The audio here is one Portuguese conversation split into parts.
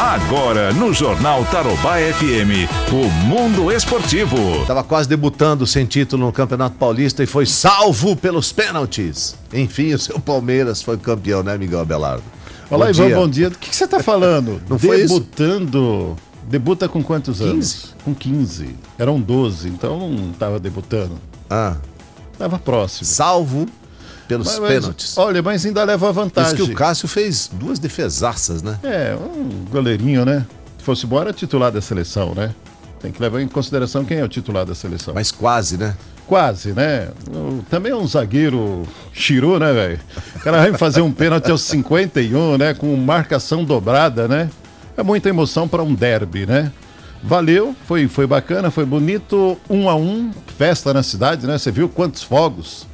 Agora, no Jornal Tarobá FM, o Mundo Esportivo. Estava quase debutando sem título no Campeonato Paulista e foi salvo pelos pênaltis. Enfim, o seu Palmeiras foi campeão, né, Miguel Abelardo? Olá, Ivan, bom dia. Do que, que você está falando? Não foi isso? Debutando. Debuta com quantos 15? anos? Com 15. Eram 12, então não estava debutando. Ah, Estava próximo. salvo pelos Mas- mas, pênaltis. Olha, mas ainda leva Diz vantagem. que o Cássio fez duas defesaças, né? É, um goleirinho, né? Se fosse bom, era titular da seleção, né? Tem que levar em consideração quem é o titular da seleção. Mas quase, né? Quase, né? O- Também é um zagueiro chiru, né, velho? O cara vai fazer um pênalti aos 51, né? Com marcação dobrada, né? É muita emoção para um derby, né? Valeu, foi, foi bacana, foi bonito. Um a um, festa na cidade, né? Você viu quantos fogos,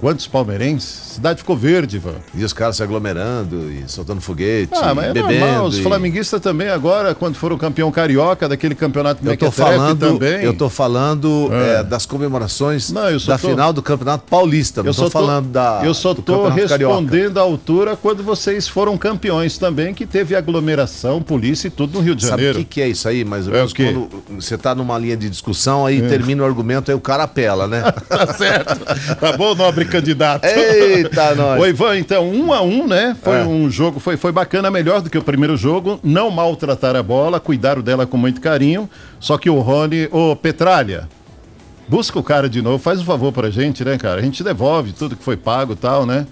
quantos palmeirenses. Cidade ficou verde, Ivan. E os caras se aglomerando e soltando foguete, Ah, mas é bebendo. normal. Os e- flamenguistas também agora, quando foram campeão carioca daquele campeonato Eu tô mequetrefe falando, também. eu tô falando É. é, das comemorações Não, eu só da tô- final do Campeonato Paulista. Não Eu tô, falando da. Eu só do tô Campeonato respondendo Carioca. à altura quando vocês foram campeões também, que teve aglomeração, polícia e tudo no Rio de Sabe o Janeiro. que, que é isso aí, mais ou É menos? o quê? É. Quando você tá numa linha de discussão, aí termina o argumento, aí o cara apela, né? Tá certo. Tá bom, nobre candidato. É, Eita, nós. Ô Ivan, então, um a um, né? Foi É. um jogo, foi, foi bacana, melhor do que o primeiro jogo. Não maltrataram a bola, cuidaram dela com muito carinho. Só que o Rony, ô Petralha, busca o cara de novo, faz um favor pra gente, né, cara? A gente devolve tudo que foi pago e tal, né?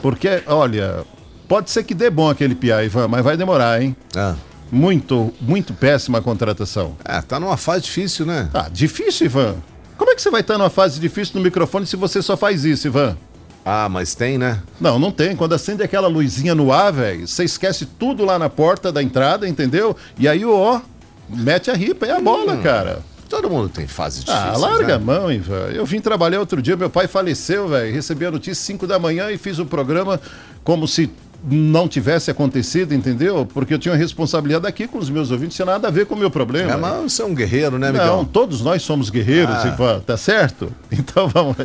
Porque, olha, pode ser que dê bom aquele piá, Ivan, mas vai demorar, hein? Ah, Muito, muito péssima a contratação. é, tá numa fase difícil, né? Ah, difícil, Ivan. Como é que você vai estar numa fase difícil no microfone se você só faz isso, Ivan? Ah, mas tem, né? Não, não tem. Quando acende aquela luzinha no ar, velho, você esquece tudo lá na porta da entrada, entendeu? E aí, ó, mete a ripa, é a bola, cara. Todo mundo tem fase difícil. Ah, larga a Hum. né? mão, Ivan. Eu vim trabalhar outro dia, meu pai faleceu, velho. Recebi a notícia 5 da manhã e fiz o programa como se não tivesse acontecido, entendeu? Porque eu tinha responsabilidade aqui com os meus ouvintes, tinha nada a ver com o meu problema. É, mas você é um guerreiro, né, Não, Miguel? todos nós somos guerreiros, Ah. Ivan, tá certo? Então vamos.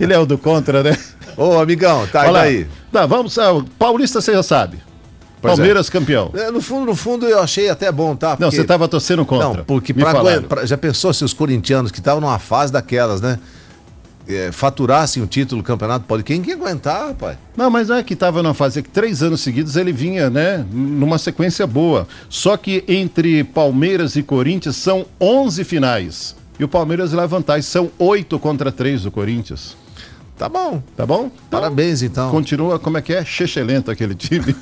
Ele é o do contra, né? Ô, amigão, tá Olha aí. aí. Tá, vamos. ah, o Paulista você já sabe. Pois é. Palmeiras campeão. É, No fundo, no fundo, eu achei até bom, tá? Não, Porque- você tava torcendo contra. Não, porque me pra falaram. aguentar- pra- já pensou se os corintianos que estavam numa fase daquelas, né? é, faturassem o título do campeonato, pode quem que aguentar, rapaz? Não, mas não é que estava numa fase é que três anos seguidos ele vinha, né, numa sequência boa. Só que entre Palmeiras e Corinthians são 11 finais. E o Palmeiras leva vantagem, são 8 contra 3 do Corinthians. Tá bom. Tá bom? Então, Parabéns, então. Continua, como é que é? Chechelento aquele time.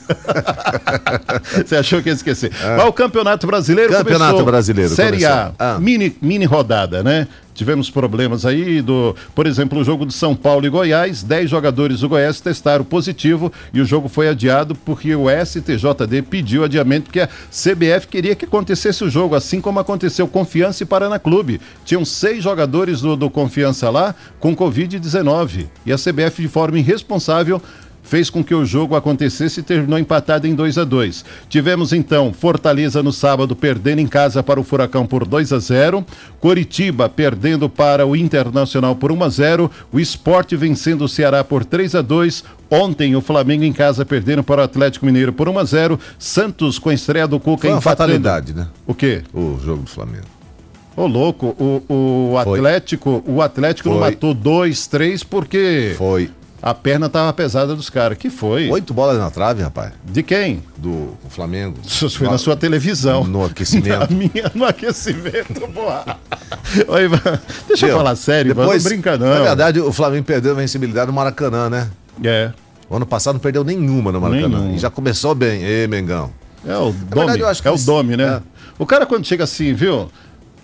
Você achou que ia esquecer. Mas o Campeonato Brasileiro É. Campeonato começou. Brasileiro Série começou. A, Ah. mini, mini rodada, né? Tivemos problemas aí do, por exemplo, o jogo de São Paulo e Goiás, 10 jogadores do Goiás testaram positivo e o jogo foi adiado porque o STJD pediu adiamento porque a CBF queria que acontecesse o jogo, assim como aconteceu Confiança e Paraná Clube. Tinham seis jogadores do, do Confiança lá com Covid-19 e a CBF de forma irresponsável fez com que o jogo acontecesse e terminou empatado em 2 a 2. Tivemos então Fortaleza no sábado perdendo em casa para o Furacão por 2 a 0, Coritiba perdendo para o Internacional por 1 a 0, o Esporte vencendo o Ceará por 3 a 2. Ontem o Flamengo em casa perdendo para o Atlético Mineiro por 1 a 0, Santos com a estreia do Cuca Foi uma empatando- fatalidade, né? O quê? O jogo do Flamengo. Ô louco, o, o Foi. Atlético, o Atlético não Foi. matou 2, 3 porque Foi a perna tava pesada dos caras. Que foi? oito bolas na trave, rapaz, De quem? do Flamengo. Isso foi na sua televisão. No aquecimento. Na minha, no aquecimento, porra. Ô, Ivan, deixa eu Meu, falar sério, Ivan. Não brinca, não. Na verdade, o Flamengo perdeu a vencibilidade no Maracanã, né? É. O ano passado não perdeu nenhuma no Maracanã. Nenhuma. E já começou bem. Ê, Mengão. É o Domi. verdade, eu acho que é o isso- Domi, né? é. O cara quando chega assim, viu?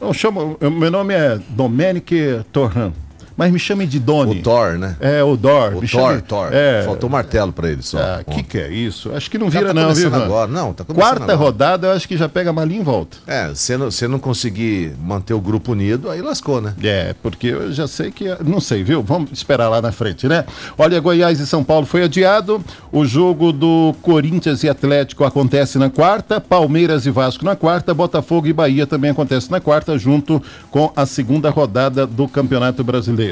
Eu chamo, eu- meu nome é Domenic Torran. Mas me chamem de O Doni. Thor, né? É, o Dor. O me Thor, chamem- Thor. É. Faltou o martelo pra ele só. Ah, Ontem. que que é isso? Acho que não Já vira tá não, viu, começando Ivan? agora. Não, tá começando Quarta agora. rodada, eu acho que já pega a malinha em volta. É, se não, se não conseguir manter o grupo unido, aí lascou, né? É, porque eu já sei que. é, Não sei, viu? Vamos esperar lá na frente, né? Olha, Goiás e São Paulo foi adiado. O jogo do Corinthians e Atlético acontece na quarta. Palmeiras e Vasco na quarta. Botafogo e Bahia também acontece na quarta, junto com a segunda rodada do Campeonato Brasileiro.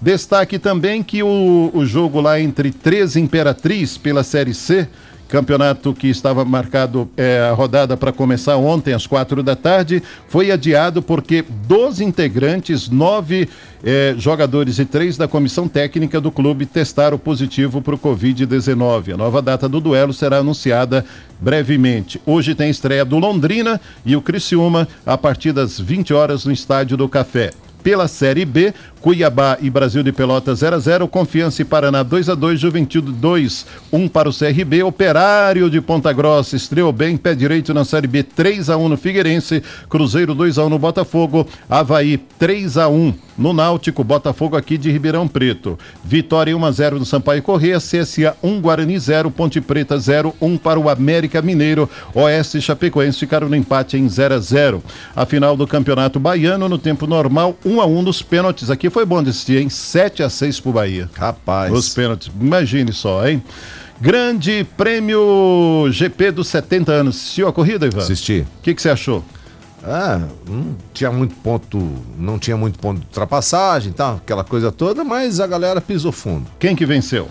Destaque também que o, o jogo lá entre 13 Imperatriz pela Série C Campeonato que estava marcado é, a rodada para começar ontem às quatro da tarde foi adiado porque 12 integrantes, nove é, jogadores e três da comissão técnica do clube testaram positivo para o Covid-19. A nova data do duelo será anunciada brevemente. Hoje tem estreia do Londrina e o Criciúma a partir das 20 horas no Estádio do Café pela Série B, Cuiabá e Brasil de Pelotas 0 a 0, Confiança e Paraná 2 a 2, Juventude 2 1 para o CRB, Operário de Ponta Grossa estreou bem, pé direito na Série B 3 a 1 no Figueirense, Cruzeiro 2 a 1 no Botafogo, Havaí 3 a 1 no Náutico, Botafogo aqui de Ribeirão Preto, Vitória 1 a 0 no Sampaio Corrêa, CSA 1 Guarani 0, Ponte Preta 0 1 para o América Mineiro, Oeste e Chapecoense ficaram no empate em 0 a 0. A final do Campeonato Baiano no tempo normal 1 1 a 1 nos pênaltis. Aqui foi bom de assistir, hein? 7 a 6 pro Bahia. Rapaz. Os pênaltis. Imagine só, hein? Grande Prêmio GP dos 70 anos. Assistiu a corrida, Ivan? Assisti. O que que você achou? Ah, hum, tinha muito ponto, não tinha muito ponto de ultrapassagem, tá? Aquela coisa toda, mas a galera pisou fundo. Quem que venceu?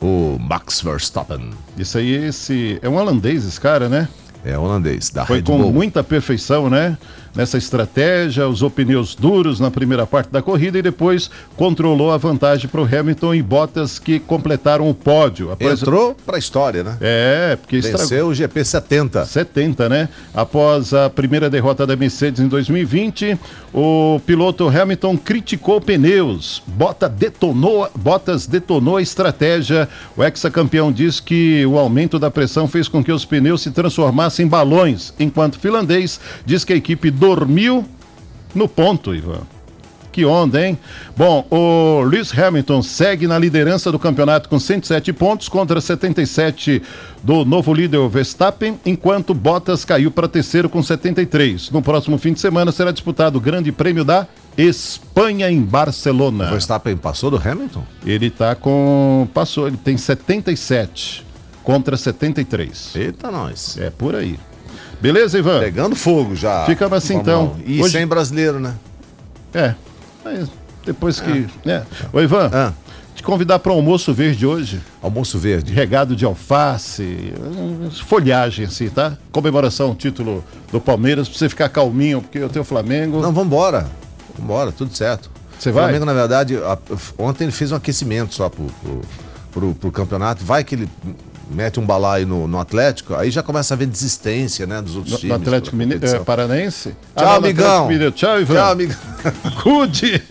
O Max Verstappen Isso aí, esse é um holandês esse cara, né? é holandês da Foi Red com Bull. muita perfeição, né? Nessa estratégia, usou pneus duros na primeira parte da corrida e depois controlou a vantagem para o Hamilton e Bottas que completaram o pódio. Após- Entrou pra história, né? É, porque estragou. Venceu o GP 70. 70, né? Após a primeira derrota da Mercedes em 2020, o piloto Hamilton criticou pneus. Bota detonou, Bottas detonou a estratégia. O ex-campeão diz que o aumento da pressão fez com que os pneus se transformassem em balões, enquanto o finlandês diz que a equipe dormiu no ponto, Ivan. Que onda, hein? Bom, o Lewis Hamilton segue na liderança do campeonato com 107 pontos contra 77 do novo líder o Verstappen, enquanto Bottas caiu para terceiro com 73. No próximo fim de semana será disputado o Grande Prêmio da Espanha em Barcelona. O Verstappen passou do Hamilton? Ele tá com passou, ele tem 77 contra 73. Eita, nós. É por aí. Beleza, Ivan? Pegando fogo já. Ficamos assim, então. Vamos lá. E Hoje- sem brasileiro, né? É. Mas depois que. né? Ô, Ivan, É. Ah. te convidar para o almoço verde hoje, Almoço verde. regado de alface, eh, folhagem, assim, tá? Comemoração, título do Palmeiras, pra você ficar calminho, porque eu tenho o Flamengo. Não, vambora. Vambora, tudo certo. Você O vai? Flamengo, na verdade, a- ontem ele fez um aquecimento só pro, pro, pro- pro campeonato. Vai que ele mete um balaio no, no Atlético, aí já começa a ver desistência, né, dos outros No- no times. Atlético pela Mineiro, é, competição. Paranaense? Ah, Tchau, lá no Atlético amigão. Mineiro. Tchau, Ivan. Tchau, amigão. Cuide!